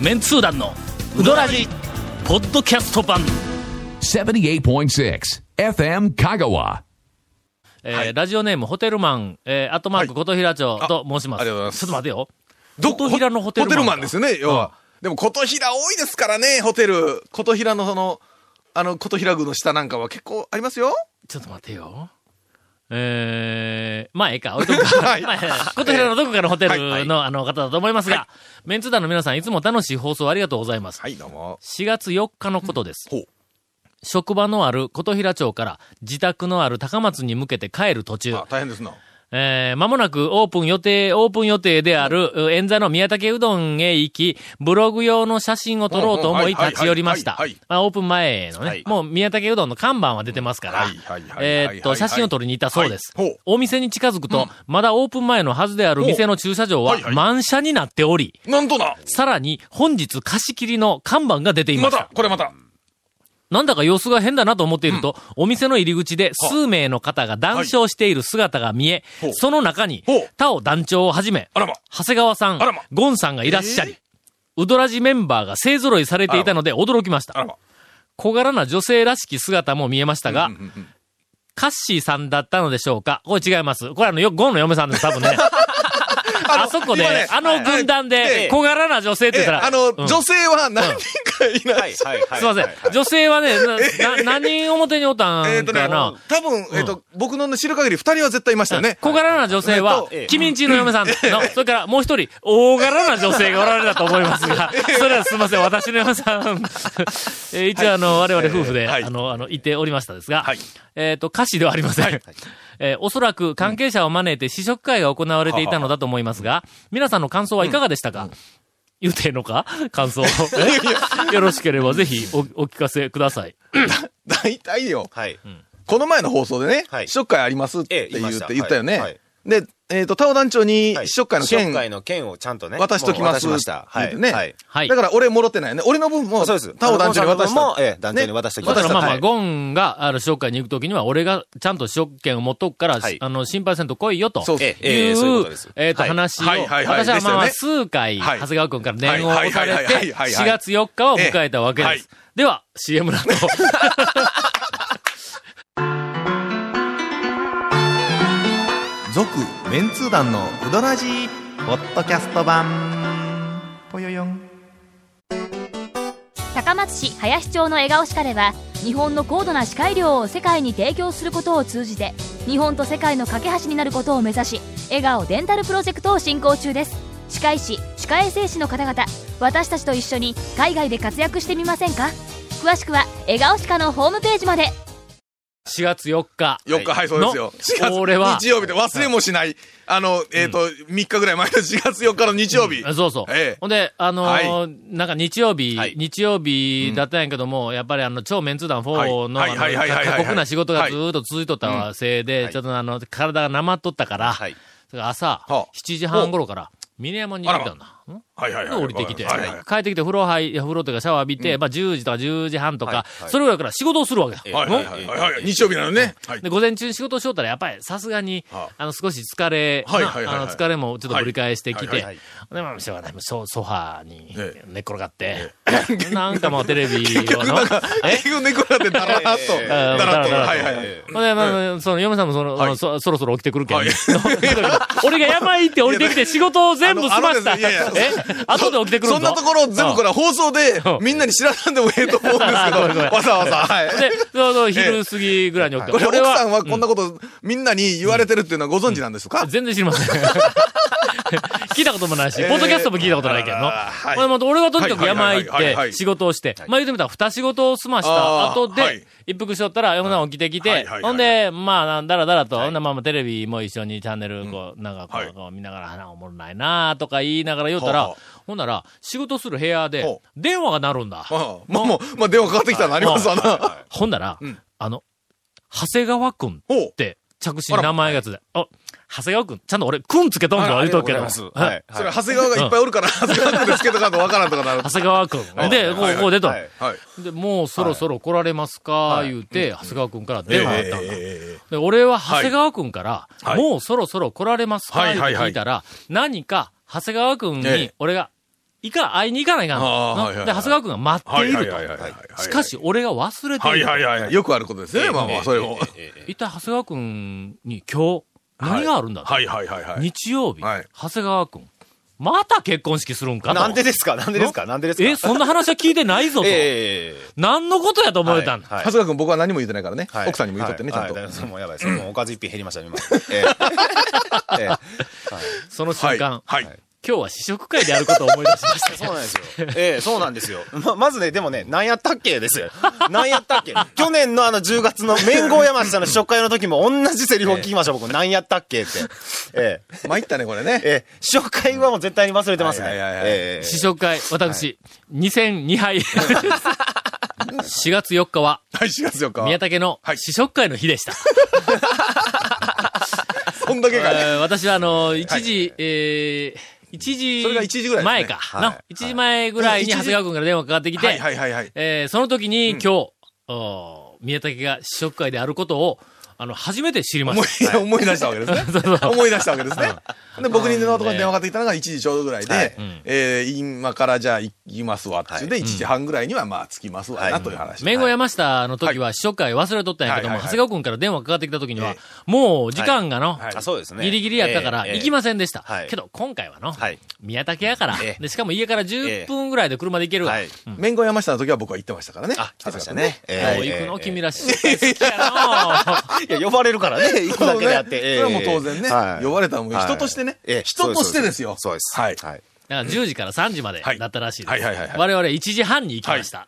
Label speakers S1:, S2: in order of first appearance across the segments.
S1: メンツー団のウドラジポッドキャスト版、
S2: 78.6 FM Kagawa.
S1: えーラジオネームホテルマン、えー、アットマーク琴平町と申します
S3: ありがとうございます
S1: ちょっと待てよ
S3: ど
S1: 琴平のホテルマン
S3: ホテルマンですよね、要は。でも、琴平多いですからね、ホテル。琴平のその、あの、琴平宮の下なんかは結構ありますよ。
S1: ちょっと待てよえー、まあ、 ええか、置いとくか。
S3: は い
S1: まあ琴平のどこかのホテルの、
S3: はい
S1: あの方だと思いますが、メンツー団の皆さん、いつも楽しい放送ありがとうございます。
S3: はい、どうも。
S1: 4月4日のことです。
S3: ほう。
S1: 職場のある琴平町から自宅のある高松に向けて帰る途中、
S3: あ、大変ですな。
S1: えー、間もなくオープン予定、オープン予定である、演座の宮武うどんへ行き、ブログ用の写真を撮ろうと思い
S3: うんうんはいはいはい
S1: 立ち寄りました
S3: はいはい。
S1: まあ、オープン前のね、
S3: はい
S1: もう宮武うどんの看板は出てますから
S3: はいはいはい、は
S1: えー
S3: い
S1: っ
S3: はいは
S1: と、
S3: い
S1: 写真を撮りに行ったそうです。
S3: はいほう
S1: お店に近づくと、まだオープン前のはずである店の駐車場は
S3: ほうはいはい
S1: 満車になっており、
S3: なんとな。
S1: さらに本日貸し切りの看板が出ていま
S3: ま
S1: した。
S3: た、これまた。
S1: なんだか様子が変だなと思っていると、お店の入り口で数名の方が談笑している姿が見え、
S3: ほう
S1: その中に
S3: ほう、
S1: 他を団長をはじめ、
S3: あらま。
S1: 長谷川さん、
S3: あらま
S1: ゴンさんがいらっしゃり、
S3: えー
S1: ウドラジメンバーが勢揃いされていたので驚きまし
S3: あら
S1: た。
S3: ま。
S1: 小柄な女性らしき姿も見えましたが、カッシーさんだったのでしょうかこれ違います。これあの、よゴンの嫁さんです、多 分ね。
S3: の
S1: あそこで、
S3: 今ね
S1: あの軍団
S3: はい
S1: で
S3: え、え
S1: 小柄な女性って言
S3: え
S1: ったら、
S3: あ
S1: う
S3: の、
S1: ん
S3: 女性は何人かいない。
S4: はいは
S1: すいません。女性はね、な、な何人表におったんかな、
S3: えっとね、多分、えっと、僕の知る限り二人は絶対いましたよね。
S1: 小柄な女性は
S4: えっ、と
S1: 君んちの嫁さんの、それからもう一人、大柄な女性がおられたと思いますが、それはすみません、私の嫁さん、えー一応あの、我々夫婦で、
S3: えーはい
S1: あの、あの、いておりましたですが、
S3: はい
S1: えっと、歌詞ではありません。えーおそらく関係者を招いて試食会が行われていたのだと思いますが、皆さんの感想はいかがでしたか、言うてんのか感想を。えよろしければぜひおお聞かせください。
S3: 大体よ。
S4: はい。
S3: この前の放送でね、
S4: はい
S3: 試食会ありますって
S4: ええ言い
S3: 言
S4: ま
S3: う
S4: し
S3: ったて言ったよ
S4: はいは
S3: ね
S4: い。
S3: で、えっと、タオ団長に
S4: はい
S3: 試食会の
S4: 試食
S3: 券
S4: 会の券をちゃんとね。
S3: 渡しときます。
S4: もう渡しました。はい。
S3: ね。
S4: はい。
S1: はい
S3: だから俺もろってないよね。俺の分も、
S4: あそうです
S3: タオ団長に渡し
S4: あのゴンさんの分も
S3: た。
S4: ええ団長に渡してき
S1: だ
S4: ま
S1: か
S4: し
S1: ら
S4: た
S1: まあまあ、
S4: ゴ
S1: ゴンが、あの、紹介に行くときには、俺がちゃんと試食券を持っとくから、
S4: はい
S1: あの、心配せんと来いよと。
S3: そう
S4: ええ、え
S1: い
S4: え、そういうこ
S1: う
S4: とです、。
S1: えっと、
S4: はい
S1: 話を、
S3: はいはいはい
S1: 私はまあまあ、
S3: です
S1: 数回、
S3: はい
S1: 長谷川くんから念を押さ
S3: は
S1: れ
S3: いはいはいはい
S1: て、
S3: はい
S1: 4月4日を迎えたわけです。
S3: ええはい
S1: では、CM だと。
S5: 続メンツー団のウドラジポッドキャスト版ぽよよん
S6: 高松市林町の笑顔歯科では日本の高度な歯科医療を世界に提供することを通じて日本と世界の架け橋になることを目指し笑顔デンタルプロジェクトを進行中です歯科医師歯科衛生士の方々私たちと一緒に海外で活躍してみませんか詳しくは笑顔歯科のホームページまで
S1: 4月4日。
S3: 4日、はい、そうです
S1: の
S3: よ。4月
S1: 俺は
S3: 日曜日で忘れもしない。あの、えっと、3日ぐらい前の4月4日の日曜日。
S1: そうそう。
S3: ええ
S1: ほんで、あのー
S3: は
S1: なんか日曜日、
S3: はい
S1: 日曜日だったんやけども、やっぱりあの、超メンツ団4の、
S3: はい
S1: あの
S3: はいはいはいはい
S1: 過
S3: はい
S1: 酷な仕事がずーっと続いとったせいで、
S4: はい
S1: ちょっとあの、体がなまっとったから、
S4: はい
S1: それから朝、
S3: はあ
S1: 7時半頃から、峰山に行ったんだ。ん
S3: はいはい
S1: で
S3: はい。
S1: 降りてきて、
S3: はいはい
S1: 帰ってきて風呂入、風呂というかシャワー浴びて、まあ10時とか10時半とか、
S4: はいはい
S1: それぐらいから仕事をするわけだ。
S4: ええ
S3: はいはいはいはいはいはい。日曜日なのね。はい
S1: で、。午前中に仕事をしよったら、やっぱりさすがに、
S3: は
S1: あの、少し疲れ、
S3: はい
S1: な
S3: はいはい
S1: あ
S3: はい
S1: の、疲れもちょっとぶり返してき
S3: はい
S1: て、
S3: は
S1: で、まあ、しょうがない、ソソファーに
S3: え
S1: 寝っ転がって、 なんかもうテレビを の、え
S3: 結局猫だってだらーっと。
S4: ええ
S3: だらーっと。
S1: だらーっと
S3: はいはいはい。
S1: ほんで、まあ、その、嫁さんもその、
S3: はい
S1: あのそそろそろ起きてくるけん、
S3: はい
S1: 俺が山行って降りてきて仕事を全部済ました。
S3: あのあのですねいやいや
S1: え後で起きてくる
S3: そんなところを全部
S1: ら。
S3: これは放送で
S1: うん
S3: みんなに知らなんでもええと思うんですけど、
S1: ごめんごめん
S3: わざわざ。はい。
S1: で、そう そう、昼過ぎぐらいに起きて、
S3: これ
S1: 俺
S3: 奥さんは
S1: うん
S3: こんなことみんなに言われてるっていうのはご存知なんですか、
S1: 全然知りません。 聞いたこともないし、ポッドキャストも聞いたことないけどの。
S3: はい
S1: まあまあ俺はとにかく山行
S3: はいはいは
S1: っ
S3: いはいは
S1: て、
S3: い
S1: 仕事をして、まあ言うてみたら二仕事を済まし
S3: あ
S1: た
S3: ー
S1: 後
S3: は
S1: で
S3: い、
S1: 一服しとったら、山田さん起きてき
S3: はい
S1: て
S3: はいはいは、い
S1: ほんで、まあ、だらだらと、ほんで、まあまあテレビも一緒にチャンネル、こう、なんかこ
S3: は
S1: う
S3: い
S1: こう、見ながら、花おもろないなあとか言いながら言うた
S3: はあ
S1: ら
S3: は、
S1: ほんなら、仕事する部屋で
S3: ほ、
S1: 電話が鳴るんだ。
S3: ああまあ、もう、まあ、電話かかってきたのありますわな。
S1: ほんなら
S3: うん、
S1: あの、長谷川くん
S3: ほう
S1: って、着信名前がつで、あ、長谷川くん、ちゃんと俺、くんつけとんか
S4: あ
S1: 言う
S4: りがと
S1: と
S4: う
S1: く
S4: ご
S1: け
S4: ざい
S1: ど
S4: ま。す。はい。
S3: それ、長谷川がいっぱいおるから、長谷川君ですけとかんとわからんとかな る。
S1: 長谷川くん。で、こう、こう出と。
S4: はい
S3: はい。
S1: で、もうそろそろ来られますか、言うて、長谷川くんから電話あったんだ。
S3: え
S1: で、俺は長谷川くんから、
S3: はい
S1: もうそろそろ来られますか、
S3: はい
S1: 言うて聞いたら、何か長谷川くん
S3: え
S1: に
S3: え
S1: 俺が、いか、会いに行かないかんの。
S3: あーはいはいはい
S1: で、長谷川くんが待っていると。しかし、俺が忘れてい
S3: はい
S1: る。
S3: はいはいはい。よくあることですね。まあまあ、それも。
S1: 一体長谷川くんに今日、何があるんだと、
S3: はいはいはいはい。
S1: 日曜日、
S3: はい
S1: 長谷川くん、また結婚式するんかと
S4: なんでですかなんでですかなんでですか
S1: え、そんな話は聞いてない ぞと。
S4: ええ
S1: 何のことやと思えたんだ、
S4: は
S3: 長
S4: い
S3: 谷川君僕は何も言ってないからね
S4: は。い
S3: 奥さんにも言っとってね、ち
S4: は
S3: ゃ
S4: い
S3: ん
S4: はいだからそ
S3: と。
S4: れもうやばいです。もうおかず一品減りましたね、今。ええ え
S1: その瞬間、
S3: はいはい
S1: 今日は試食会であることを思い出し まし
S4: え
S1: た
S4: そう
S1: よ。
S4: なんですよ。ええそうなんですよ。ま、まずね、でもね、なんやったっけですよ。なんやったっけ去年のあの10月の麺号山下の試食会の時も同じセリフを聞きました、僕。なんやったっけって。ええ
S3: 参ったね、これね。
S4: ええ試食会はもう絶対に忘れてますね。
S3: はいはいはいはい
S4: ええ
S1: 試食会、私、2002杯。4月4日は、
S3: はい、4月4日。
S1: 宮武の
S3: はい
S1: 試食会の日でした。
S3: そんだけか
S1: え
S3: ね。
S1: ー私はあの、1時、えー、1時、
S3: それが1時ぐらいですね
S1: 前か。
S3: はい
S1: な
S3: はい
S1: 1時前ぐらいに
S3: う
S1: 長
S3: ん
S1: 谷川くんから電話かかってきて、
S3: はいはいはいはい。
S1: えーその時に今日、おー宮武が試食会であることを、あの、初めて知りま
S3: 思い
S1: し、
S3: 思い出したわけですね。思い出したわけですね。で、僕にのところに電話かかってきたのが1時ちょうどぐらいで、
S1: ん
S3: えー今からじゃあ行きますわっていうで、1時半ぐらいにはまあ着きますわなという話。
S1: た。面後山下の時は試食会忘れとったんやけども、
S3: はいはいはい
S1: 長谷川くんから電話かかってきた時には、
S3: え
S1: もう時間がの、
S3: はい
S4: あそうですね。
S1: ギリギリやったから、
S4: ええ
S1: 行きませんでした。
S4: はい
S1: けど、今回はの、
S4: はい
S1: 宮武やから、
S4: ええ
S1: で、しかも家から10分ぐらいで車で行けるわ。
S4: はい
S1: うん
S3: 面後山下の時は僕は行ってましたからね。
S4: あ、来てましたね。え
S1: もう
S4: え
S1: 行くの、君
S4: え
S1: ら試食会好き やの
S4: えいや、呼ばれるからね、行くだ
S3: そう
S4: け
S3: ね。
S4: であっ
S3: そ
S4: て。
S3: れはもう当然ね。呼ばれたらもう
S4: はい
S3: 人としてね
S4: ええ。
S3: 人としてですよ。
S4: そうです。
S3: はい。
S4: はい。
S1: だから10時から3時までだったらしいです。
S3: はいはいはいはいはい
S1: 我々1時半に行きました。
S3: は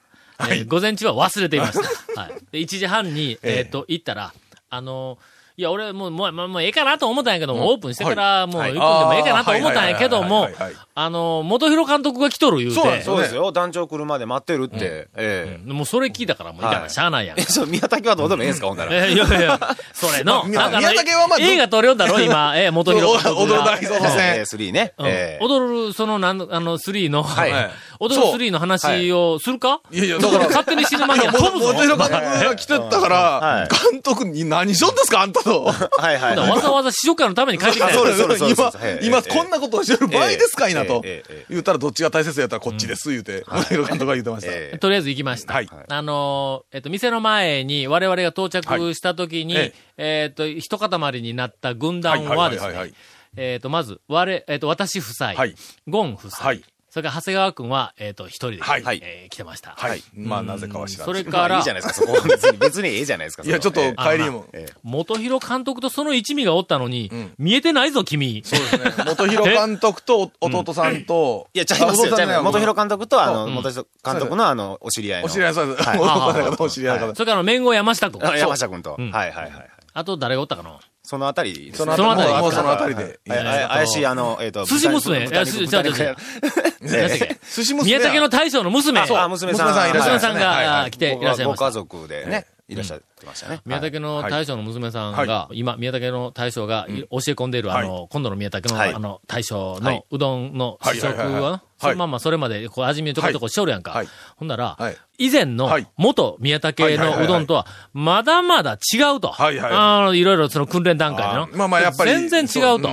S3: いはい
S1: えー午前中は忘れていました。はい、で1時半に、
S3: ええ
S1: えっと行ったら、あのいや、俺、もう、もう、もうもう、ええかなと思ったんやけども、オープンしてから、もう、
S3: は
S1: 行
S3: い
S1: くんでもええかなと思ったんやけど
S3: あー
S1: も
S3: はいはいはいはいはいはい、
S1: あの、元広監督が来とる言う
S3: そうなんで
S1: て、
S3: す
S4: そうですよ。団長来るまで待ってるって。ええ。
S1: もうそれ聞いたから、もう、いか
S4: は
S1: ないしゃあないやん
S4: え、。ちょ、宮崎はどうでもええんすか、ほんなら。
S1: えいやいや、それの、
S3: 宮
S1: なんかあの
S3: 宮武はまあ
S1: 映画撮るよんだろ、今、ええ、元広監督
S3: 踊る
S1: が
S3: 大。捜査線。
S4: 3ね。
S1: うん
S4: ええ
S1: 踊る、その、なん、あの、3の、
S4: はい
S3: はい
S1: 踊る3の話をするか、
S3: いやいや、だから。
S1: 勝手に死ぬ間
S3: い
S1: に
S3: や、
S1: は
S3: も
S1: 飛ぶぞ
S3: う、。元監督が来てったから、
S4: はい
S3: 監督に何しよんですかあんたと。
S4: はいはいはい。
S1: わざわざ試食会のために帰ってきた
S4: あ
S1: よ
S4: そう。ですそうですそうです
S3: 今今
S4: はい、ええ
S3: こんなことをしてる場合ですかいなと
S4: ええええええ。
S3: 言ったらどっちが大切やったらこっちです、言うて、森弘監督が言ってました。
S4: ええ
S1: とりあえず行きました。
S3: はい
S1: あのーえっと、店の前に我々が到着した時に、
S3: はいえ
S1: えっと、一塊になった軍団はです
S3: はいはいはいはい
S1: ね、えっと、まず、我、えっと、私夫妻、
S3: はい
S1: ゴン夫妻、
S3: はい
S1: それから長谷川くんは、えっと、一人で、
S3: はい
S1: えー来てました。
S3: はい。まあ、なぜかは知ら
S1: そ
S3: ない。
S1: れから、
S4: まあいいじゃないですか、そこは別に。別にええじゃないですか。
S3: いや、ちょっと
S4: それは
S3: 帰りにも。
S4: えええ
S1: 元広監督とその一味がおったのに、
S3: ん
S1: 見えてないぞ、君。
S3: そうですね。元広監督と お弟さんと。
S4: いや、ちゃいます
S3: あ弟
S4: よ。
S3: さ
S4: ちゃ
S3: ん
S4: い
S3: じ
S4: ま
S3: ゃな
S4: す
S3: い
S4: 元広監督と、あの、
S1: うん
S4: 元広監督の、あの、お知り合いの。
S3: お知り合いさんです。
S4: はい
S3: お弟さん方、お知り合いの方。
S1: それから、面後山下君。
S4: あ山下君と。は
S1: うん
S4: いはいはい。
S1: あと誰がおったかな
S4: そのあたりです
S3: その
S4: ね。
S1: その辺り
S3: 辺り、もうその辺りで。
S4: あああ怪しい、あの、えっと、
S1: 寿司娘
S4: 豚肉
S1: いや
S4: 豚肉
S1: す違う違う違う
S4: ええ
S1: 何だっけ
S3: 寿司娘
S1: 宮
S3: や。
S1: 崎の大将の娘。
S4: あ、娘さん。
S3: 娘さんいらっしゃ
S1: 娘
S3: いまし
S1: さ
S3: た
S1: ん
S3: ね
S1: が、
S4: は
S1: あー来て
S4: ご
S1: いらっしゃいまし
S4: ご家
S1: た。
S4: 族でね、いらっしゃってましたね。
S1: 宮
S4: はい
S1: 崎の大将の娘さんが、
S3: は
S1: 今、宮崎の大将がい教え込んでいる、あの、今度の宮崎の、
S4: はい
S1: あの、大将
S4: は
S1: の
S4: いう
S1: どんの試食は
S3: はいはいはいはいは、
S1: ないそのまんまそれまで、こう、味見のとことこしとるやんか。
S3: はい
S1: ほんなら、
S3: はい
S1: 以前の
S3: はい
S1: 元宮崎のうどんとは、まだまだ違うと。
S3: はいはい
S1: あの、いろいろその訓練段階で
S3: あ
S1: の。
S3: ーまあまあ、やっぱり。
S1: 全然違うと。
S3: んんう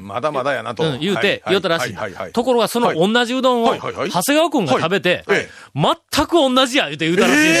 S3: んまだまだやなと。
S1: うん、言うて、言うたらしい。ところが、その
S3: 女
S1: 同じうどんを、
S3: はいはいはい
S1: 長谷川くんが食べて、
S3: はいえ
S1: 全く同じや、言うて言うたらしいね、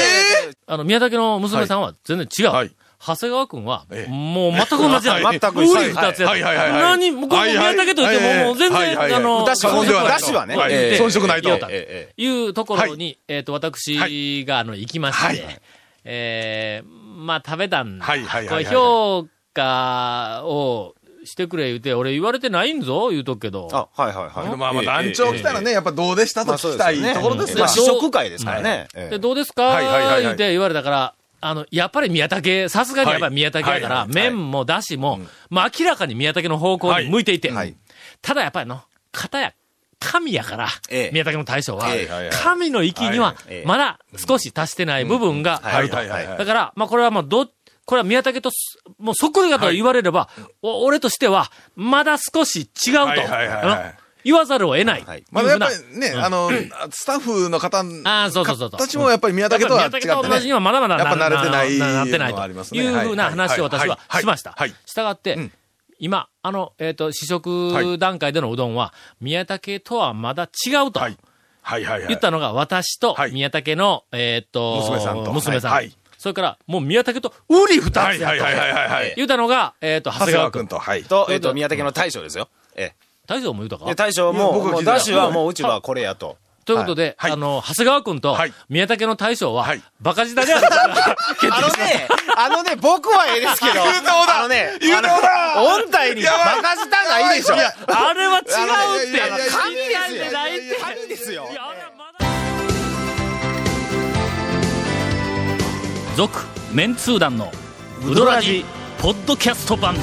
S1: あの、宮崎の娘さんは全然違う。
S3: はい
S1: 長谷川くんは、
S3: ええ
S1: もう全く同じ や。
S4: はい全く
S1: う
S4: 一緒
S1: り二つや。
S3: はいはいはいはい
S1: 何、もうこの
S3: はい
S1: 宮
S3: はい
S1: 崎と言って
S3: え
S1: も、
S3: え
S1: もう全
S3: はいは
S1: 然、
S3: いはい
S1: あの、
S4: だしは
S3: 過言ではない
S4: だしはね、
S3: はい
S4: ええ
S3: 遜色ないと
S4: え
S1: 言う
S4: え
S1: た
S4: え
S1: いうところに、えっと、私が、あの、行きまして、
S3: はい
S1: えーまあ、食べたんだ。
S3: はいはいはいはい
S1: これ評価をしてくれ言うて、俺言われてないんぞ、言うとくけど。
S4: えあ、はいはいはい。
S3: まあまあ、
S4: ええ
S3: 団長来たらね、やっぱどうでしたと
S4: まあそ
S3: 聞
S4: う
S3: き
S4: です
S3: た
S4: よ
S3: い
S4: ね
S3: ところです
S4: ま
S3: よ
S4: あ。試食会ですからね。ええ
S1: で、どうですか、
S3: はいはいはいはい
S1: 言うて言われたから、あの、やっぱり宮武、さすがにやっぱり宮武やから、
S3: はいはい
S1: 麺も出汁も、まあ明らかに宮武の方向に向いていて、
S4: はい
S1: ただやっぱりの、片や、神やから、
S4: ええ
S1: 宮武の大将は、
S4: ええ
S3: はいはい
S1: 神の域には
S4: はいえ、え
S1: まだ少し達してない部分があ
S4: は
S1: る
S4: い
S1: と。
S4: はい
S3: はいはい
S1: だから、まあこれはもうど、これは宮武とす、もうそっくりだと言われれば、お俺としては、まだ少し違うと、
S3: はいはいはいはい
S1: うん言わざるを得ない。
S4: はい
S1: いうふう
S3: ま
S1: な
S3: だやっぱりね、あの、スタッフの方
S1: あーそうそうそうそう
S3: たちもやっぱり宮武とは違
S1: や
S3: っ
S1: ってぱり宮武
S3: ね。
S1: と同じにはまだまだ
S3: やっぱ慣れてない
S1: なななってない
S3: のはあります
S1: と
S3: ね
S1: いうふうな話を
S3: はいはい
S1: 私はしました
S3: はいはい。
S1: したがって
S3: うん、
S1: 今、あの、えっ、と、試食段階でのうどんは、宮武とはまだ違うと。
S3: はいはいはいはい。
S1: 言ったのが、私と
S3: はい
S1: 宮武の、えーっと、
S3: 娘さんと
S1: 娘さん
S3: はいはい
S1: それから、もう宮武と、ウリ二つやと。
S3: はいはいはいはいはい
S1: 言ったのが、えーっと、長谷
S3: 長谷
S1: 川
S3: 川
S1: 君
S3: 君。と。はい。
S4: と、
S1: え
S4: え
S1: っ
S4: っ
S1: と
S4: と、宮武の大将ですよ。え
S1: 大将も言うたか
S4: え。で、大将も、
S3: いや僕は
S4: もう、
S3: 聞いた
S4: だしはもう、うちはこれやと。
S1: ということで、
S3: はい
S1: あの、長谷川君と
S3: はい、
S1: 宮武の大将は
S3: はい、
S1: バカ舌であることが決
S4: あの
S1: 定しまし
S4: ね、あのね、僕はええですけど。
S3: 言うたおだ
S4: あのね、
S3: 言うたおだ
S4: あの音体に
S3: やばい
S4: 任せたないでしょ。
S3: いや
S1: た。あれは違うって。
S3: いやいやいやいや
S4: 神ですよ
S1: ないって。
S4: 神ですよ
S1: いやあれはまだ続、メンツー団の、ウドラジ、ポッドキャスト版。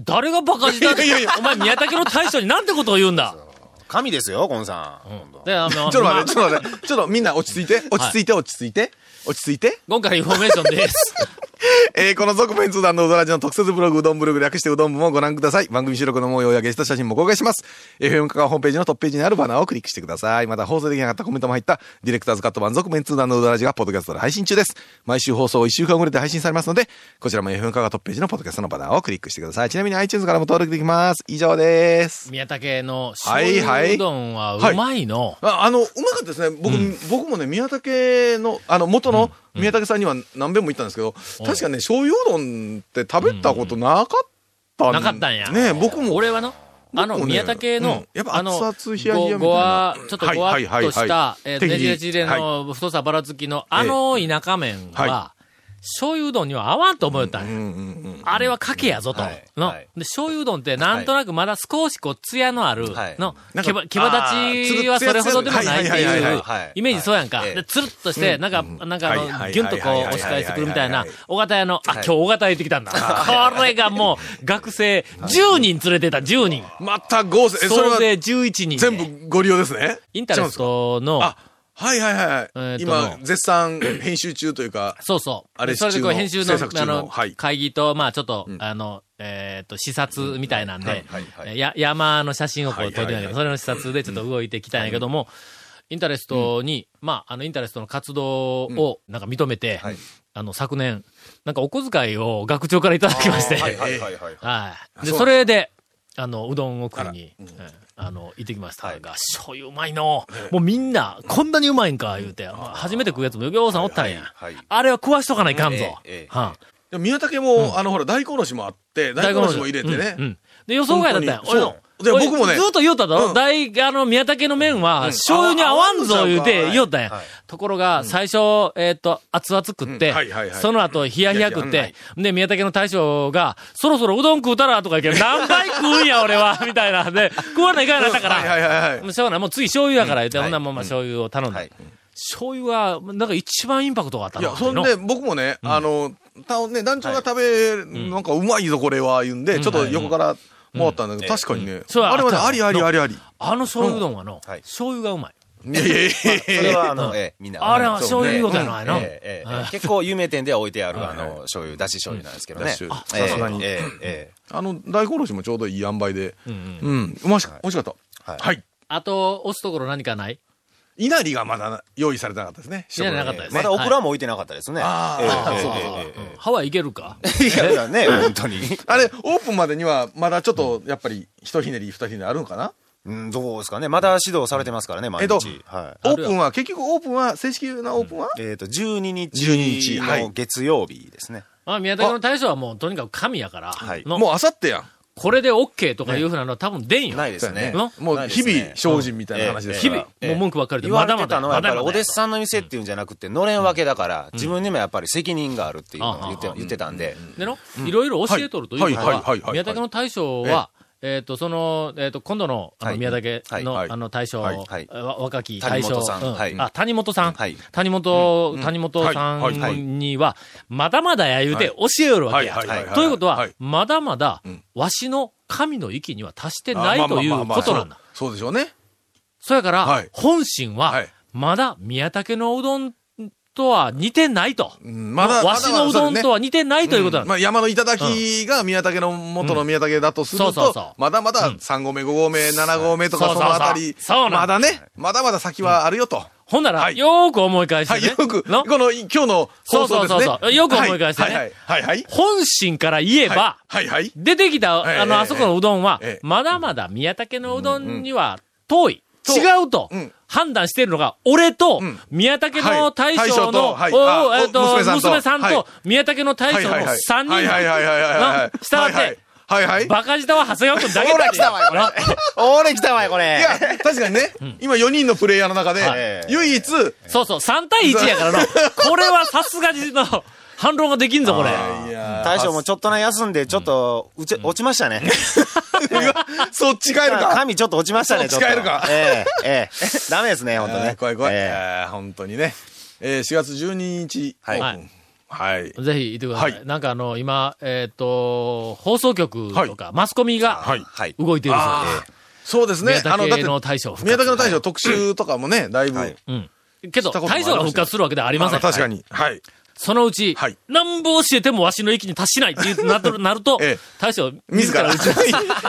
S1: 誰がバカ舌だ
S3: いやいや
S1: お前、宮武の大将になんてことを言うんだ。
S4: 神ですよ、ゴンさん。
S1: で、あの、
S3: ちょっと待って、
S1: ま
S3: ちょっと待って。ちょっとみんな落ち着いて、落ち着いて、落ち着いて、落ち着いて。
S1: あ今回インフォメーションです。
S3: えーこの続面通談のうどらじの特設ブログ、うどんブログ略してうどん部もご覧ください。番組収録の模様やゲスト写真も公開します。FM カカホームページのトップページにあるバナーをクリックしてください。また放送できなかったコメントも入った、ディレクターズカット版続面通談のうどらじがポッドキャストで配信中です。毎週放送1週間遅れで配信されますので、こちらも FM カカトップページのポッドキャストのバナーをクリックしてください。ちなみに iTunes からも登録できます。以上です。
S1: 宮武の醤
S3: はいは
S1: 油
S3: い
S1: うどんはうまいの。
S3: ああの、うまかったですね。僕、僕もね、宮武の、あの、元の宮武さんには何遍も行ったんですけど、確かね、醤油うどんって食べたことなかった、
S1: なかったんや。
S3: ね僕も。
S1: 俺はの、あの、
S3: 僕もね
S1: 宮武
S3: う
S1: の
S3: ん、やっぱ
S1: あの、
S3: 熱々冷や冷やみたいな
S1: ごごわ、ちょっとごわっ
S3: はいはい
S1: と
S3: は
S1: し
S3: いは
S1: た、
S3: い
S1: えー
S3: 適
S1: ね
S3: 宜
S1: じねじれの太さばらつきの、あの田舎麺は
S3: は、
S1: 醤油うどんには合わんと思ったん
S3: う
S1: や。
S3: んうんうん。
S1: あれはかけやぞと
S4: はい。
S1: の
S4: はい。
S1: で、醤油うどんってなんとなくまだ少しこう、艶のある
S4: はい、
S1: の、
S3: なん
S1: け
S3: か
S1: ば、けば立ちはそれほどでもないって
S3: はいはいはい
S1: い
S3: は
S1: う
S3: い
S4: はい、
S1: イメージそうやんか。
S4: はい
S1: で、つるっとして、なんか、なんかあ
S3: はいはいは
S1: の、
S3: い
S1: ぎゅんとこう、押し返してくるみたいな
S3: はいはいはいはい、
S1: 大型屋の、あ、今
S4: い
S1: 日大型屋行ってきたんだ。これがもう、学生、10人連れてた、10人。
S3: また合成、えそれ
S1: 総
S3: は
S1: 勢11人。
S3: 全。部ご利用ですね。
S1: インタレスト
S3: 違
S1: の
S3: うんです、か。あ、はいはいはい。
S1: えーと
S3: 今、絶賛編集中というか、
S1: そうそう。
S3: あれ
S1: それでこう編
S3: 編
S1: 集
S3: 集
S1: の
S3: の制作中の
S1: あの、
S3: はい
S1: 会議と、まあちょっと、あの、えっ、と、視察みたいなんで、
S4: はいはいはい
S1: や山の写真をこ
S3: は
S1: う
S3: い
S1: 撮りながら、それの視察でちょっと動いてきたんやけども、インタレストに、まあ、あの、インタレストの活動を、なんか認めて、あの、昨年、なんかお小遣いを学長からいただきまして、
S4: はいはいはいはい。
S1: はい。で、
S3: そう
S1: それで、あの、うどんを食いに、うんあの、行ってきましたが、醤油うまいの。もうみんな、こんなにうまいんか、言うて、初めて食うやつも、ようさんおったんや
S4: はいはい。
S1: あれは食わしとかないかんぞ
S4: ええええ。
S1: は
S3: でも宮武も、あの、ほら、大根おろしもあって、
S1: い
S3: 大根おろしも入れてね。
S1: うんうんで、予想外だったんや。
S3: 本
S1: 俺
S3: 当に
S1: の。
S3: そうで
S1: 俺
S3: 僕もね
S1: ずっと言うただ
S3: う
S1: ろ
S3: ん
S1: 大、あの、宮武の麺は、醤油に合わんぞ、言う
S3: 合わ
S1: て、
S3: んのちゃうか
S1: 言おったんや
S4: はい。
S1: ところが、最初、えーっと、熱々食って
S3: うんはいはいは、い
S1: その後、冷や冷や食っ
S3: いやい
S1: て、で、宮武の大将が、そろそろうどん食うたら、とか言うけど、何杯食うんや、俺は、みたいな。で、食わないかんやなったか
S3: はいはい
S1: ら。
S3: はいはい。
S1: もうしょうがない。もう次醤油やから、言って、
S4: は
S1: ほ
S4: い
S1: んならもうまあ醤油を頼んだ
S4: はい。
S1: 醤油は、なんか一番インパクトがあった
S3: い
S1: な
S3: や、そんで、僕もね、あの、たね、団長が食べ、なんかうまいぞ、これは、言うんで、ちょっと横から回ったんだけど、確かにね、
S1: そう
S3: あれはね、
S1: あった
S3: ありありありあり。
S1: あの醤油うどんはの、
S4: はい
S1: 醤油がうまい。
S3: いやいや いや
S4: それは、あ
S1: う
S4: の、
S1: ん
S4: ええ、みんな。
S1: あれは
S4: うん
S1: 醤油
S4: そう
S1: うどん
S4: ね
S1: やないの。
S4: ええええええ結構有名店では置いてある、あの、醤油、だし醤油なんですけどね。
S3: だし醤
S4: ええ
S3: 油さすがに
S4: えええ
S3: あの、大根おろしもちょうどいい塩梅で。うんん。うまし、美味しかった。
S4: は
S3: はいい。
S1: あと、押すところ何かない
S3: 稲荷がまだ用意されてなかったですね。
S1: いやなかっ
S4: え
S1: たです。
S4: まだオク
S1: は
S4: ラも置いてなかったですね。
S3: あ
S4: ええ
S3: あ
S4: ええ
S3: そうか
S4: ええええ
S1: いうんハワイ行けるか
S4: いや、いやね、本当に。
S3: あれ、オープンまでには、まだちょっと、やっぱり、ひとひねり、ふたひねりあるのかな
S4: うん、どうですかね。まだ指導されてますからね、毎日。
S3: えっ
S4: は。
S3: オープンは、結局オープンは、正式なオープンはい
S4: えっと、12日
S3: 12日は
S4: の
S3: い
S4: 月曜日ですね。
S1: まあ、宮崎の大将はもうとにかく神やから、
S4: はい
S1: の
S3: もうあさってやん。
S1: これで OK とかいうふうなのは多分出んよ。
S4: ないですね。
S1: の
S3: も
S4: な
S3: う、
S4: いです
S3: 日
S4: ね
S3: 々、精進みたいな話です
S1: 日
S3: から。
S1: 々、もう文句ばっかりで、
S4: 言わ
S1: ま
S4: れ
S1: だ
S4: て
S1: ま
S4: た
S1: だ、
S4: のは、
S1: ま
S4: やっぱ
S1: だ
S4: り
S1: ま
S4: お
S1: だ
S4: 弟
S1: や
S4: 子さんの店っていうんじゃなくて、のれんわけだから、自分にもやっぱり責任があるっていうのを言って
S1: ああああ
S4: 言ってたんで、
S1: での、いろいろ教えとるということ
S3: はいはいはい
S1: は
S3: はいは、い
S1: 宮崎の大将は、えっと、その、えっと、今度の、あ
S4: は
S1: の、
S4: い
S1: 宮崎の、
S4: はい
S1: あの、大将、
S3: はい
S4: はい
S1: わ若き大将、
S4: 谷本さん
S1: う
S4: はい
S1: あ、谷本さん
S4: はい、
S1: 谷本、谷本さ
S3: はいはい
S1: んには、まだまだや言うて教えよるわけや
S3: はいはいはいは。い
S1: ということは
S3: はい、
S1: まだまだ、わしの神の域には達してないということなんだ。
S3: そうでしょうね。
S1: そやから、
S3: はい
S1: 本心は、
S3: はい
S1: まだ宮武のうどんとは似てないと。
S3: うんまだ、
S1: わしのうどんと
S3: は
S1: は似てないということなんだ。
S3: まあ、山の頂が宮武の元の宮武だとす
S1: う
S3: る
S1: んそうそうそう
S3: と、まだまだ3合目、5合目、7合目と
S1: そ
S3: か
S1: うそ
S3: そ
S1: うそう
S3: のあたり
S1: そうなん、だ
S3: まだね、まだまだ先はあるよと。
S1: ほんなら、
S3: はい
S1: よーく思い返して、
S3: はい、
S1: ね。
S3: よく、こ
S1: の
S3: の、今日の放送です
S1: そうそう
S3: ね。
S1: そうそうよく思い返してね
S3: はい、はい、はいはい。
S1: 本心から言えば、
S3: はい、はい。
S1: 出てきた、
S3: ええ
S1: あの、あそこのうどんは
S3: ええ、
S1: まだまだ宮武のうどんには遠い。違うと
S3: うん、
S1: 判断しているのが、俺と
S3: うん、
S1: 宮武の大
S3: はい大
S1: 将
S3: 将
S1: の、
S3: と
S1: お
S3: はい
S1: お
S3: あ
S1: えっと、
S3: お娘さんと
S1: 娘さん
S3: は
S1: と
S3: い、
S1: 宮武の大将の3人
S3: はいはいはいはいはいはいは。
S1: ないしたがって、
S3: はいはい。はい
S1: バカ舌は長谷川君だけだ
S4: ほら来たわよ
S1: な
S4: 俺来たわよ、これ。
S3: いや、 確かにね、今4人のプレイヤーの中で
S4: は、い
S3: 唯一、
S1: そうそう、3対1やからの、これはさすがにの、反論ができんぞ、これ。
S3: いやー
S4: 大将もちょっとな休んで、ちょっと、うち、落ちましたね。
S3: そっち帰るか。
S4: 髪ちょっと落ちましたね、ちょっと。
S3: そっち帰るか
S4: ええ、ええ。ダメですね、ほんと
S3: あ
S4: ね
S3: ー。怖い怖い。
S4: え
S3: あー本当にね。えー4月12日オ
S1: い
S3: ープン。はい。
S1: ぜひ、いてください。
S3: はい
S1: なんかあの、今、えっ、と、放送局とか、マスコミが、
S4: はい
S1: 動いているそうです。
S3: そうですね。
S1: 宮武の
S3: だ
S1: 大将
S3: って、宮武の大
S1: 将。
S3: 将特集とかもね、だいぶ。
S4: はい
S1: うん。けど、
S3: したこともあ
S1: 大
S3: りません
S1: 将が復活するわけではありませ
S3: ま
S1: ん。
S3: あ確かに。はい。
S1: そのうち
S3: はい、
S1: なんぼ教えてもわしの域に達しないっていうな るなると
S3: ええ、
S1: 大将、自
S3: 自
S1: ら
S3: ら
S1: 打ち出す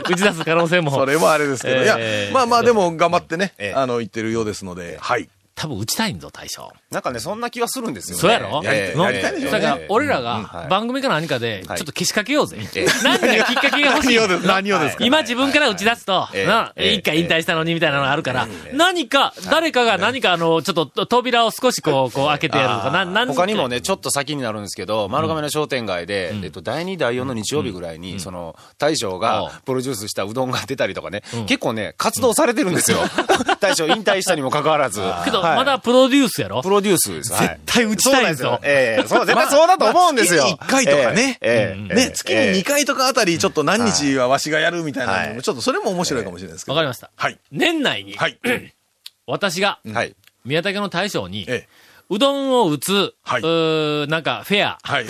S1: 打ち出す可能性
S3: そ
S1: も、
S3: れもあれですけど。い
S1: え
S3: や
S1: ー、
S3: まあまあでも頑張ってね
S4: え、ー
S3: あの、言ってるようですので。はい。
S1: 多分打ちたいんぞ、大将。
S4: えなんかね、そんな気はするんですよね。
S1: そうやろ
S4: ええ
S1: の
S4: ええ
S3: やりたいでしょうね
S1: だから、俺ら
S4: うんは
S1: が
S4: い
S1: 番組か何かで、ちょ
S4: は
S1: っ
S4: い
S1: とけしかけようぜ。 何かきっかけが欲しい
S3: 何。をです、何をですか。
S1: 今自分から打ち出すと、
S4: ええ
S1: な、
S4: ええ
S1: 一回引退したのにみたいなのがあるから、何か、誰かが何かあの、ちょっと扉を少しこう、こう開けてやるとか、な、何
S4: 他にもね、ちょっと先になるんですけど、丸亀の商店街で、えっと、第2、第4の日曜日ぐらいに、その、大将
S1: ああ
S4: がプロデュースしたうどんが出たりとかね、結構ね、活動されてる んですよ。大将引退したにもかかわらず。
S1: けど、
S4: はい
S1: まだプロデュースやろ
S4: プロデュースです。はい
S1: 絶対打ちたいんですよ
S4: そうなええそう、絶対そうだと思うんですよ。
S3: まあまあ月に一回とかね
S4: ええええ
S3: ね、月に2回とかあたり、ちょっと何日はわしがやるみたいなの
S4: は
S3: も、
S4: い
S3: ちょっとそれも面白いかもしれないですけど。
S1: わかりました。
S3: はい。
S1: 年内に、
S3: はい。え
S1: 私が、
S4: はい。
S1: 宮武の大将に、
S3: え。
S1: うどんを打つ、
S3: はいう
S1: ーなんか、フェ ア、
S3: はい。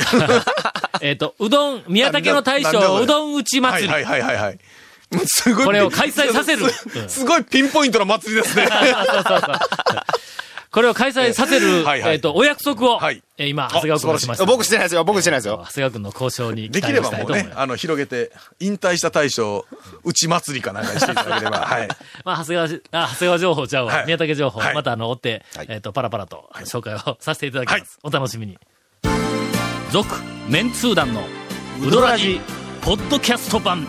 S1: えっ、と、うどん、宮武の大
S3: なんだこ
S1: 将
S3: れ
S1: うどん打ち祭り、
S3: はいはいはいはい はい。すごい。
S1: これを開催さ せる。うん
S3: すごいピンポイントの祭り ですね。
S1: これを開催させる、えっ、
S3: はいはい
S1: と、お約束を、
S3: はい
S1: えー今、長谷川君がしました。
S4: 僕してないですよ、僕してないです
S1: 長
S4: よ。
S1: 谷川君の交渉に期
S3: でき
S1: 待
S3: れ
S1: を
S3: ば
S1: したい
S3: もう
S1: と思い
S3: ね
S1: ま、す。
S3: あの、広げて、引退した大将、うち祭りかなんかにしていただ ければ。はい。
S1: まあ、長谷川し、あ、長谷川情報ちゃうわ。
S3: はい
S1: 宮武情報、
S3: はい
S1: またあの、追って、
S4: はい
S1: えっ、と、パラパラと紹介を させていただきます。お楽しみに。続、メンツー団の、ウドラジ、ポッドキャスト版。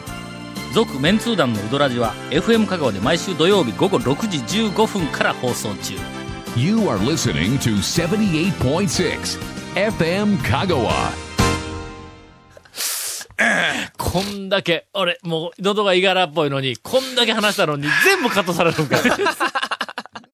S1: 続、メンツー団のウドラジは、FM 香川で毎週土曜日午後6時15分から放送中。
S2: You are listening to 78.6 FM Kagawa.
S1: こんだけ、あれ、もう、喉がいがらっぽいのに、こんだけ話したのに、全部カットされるんか。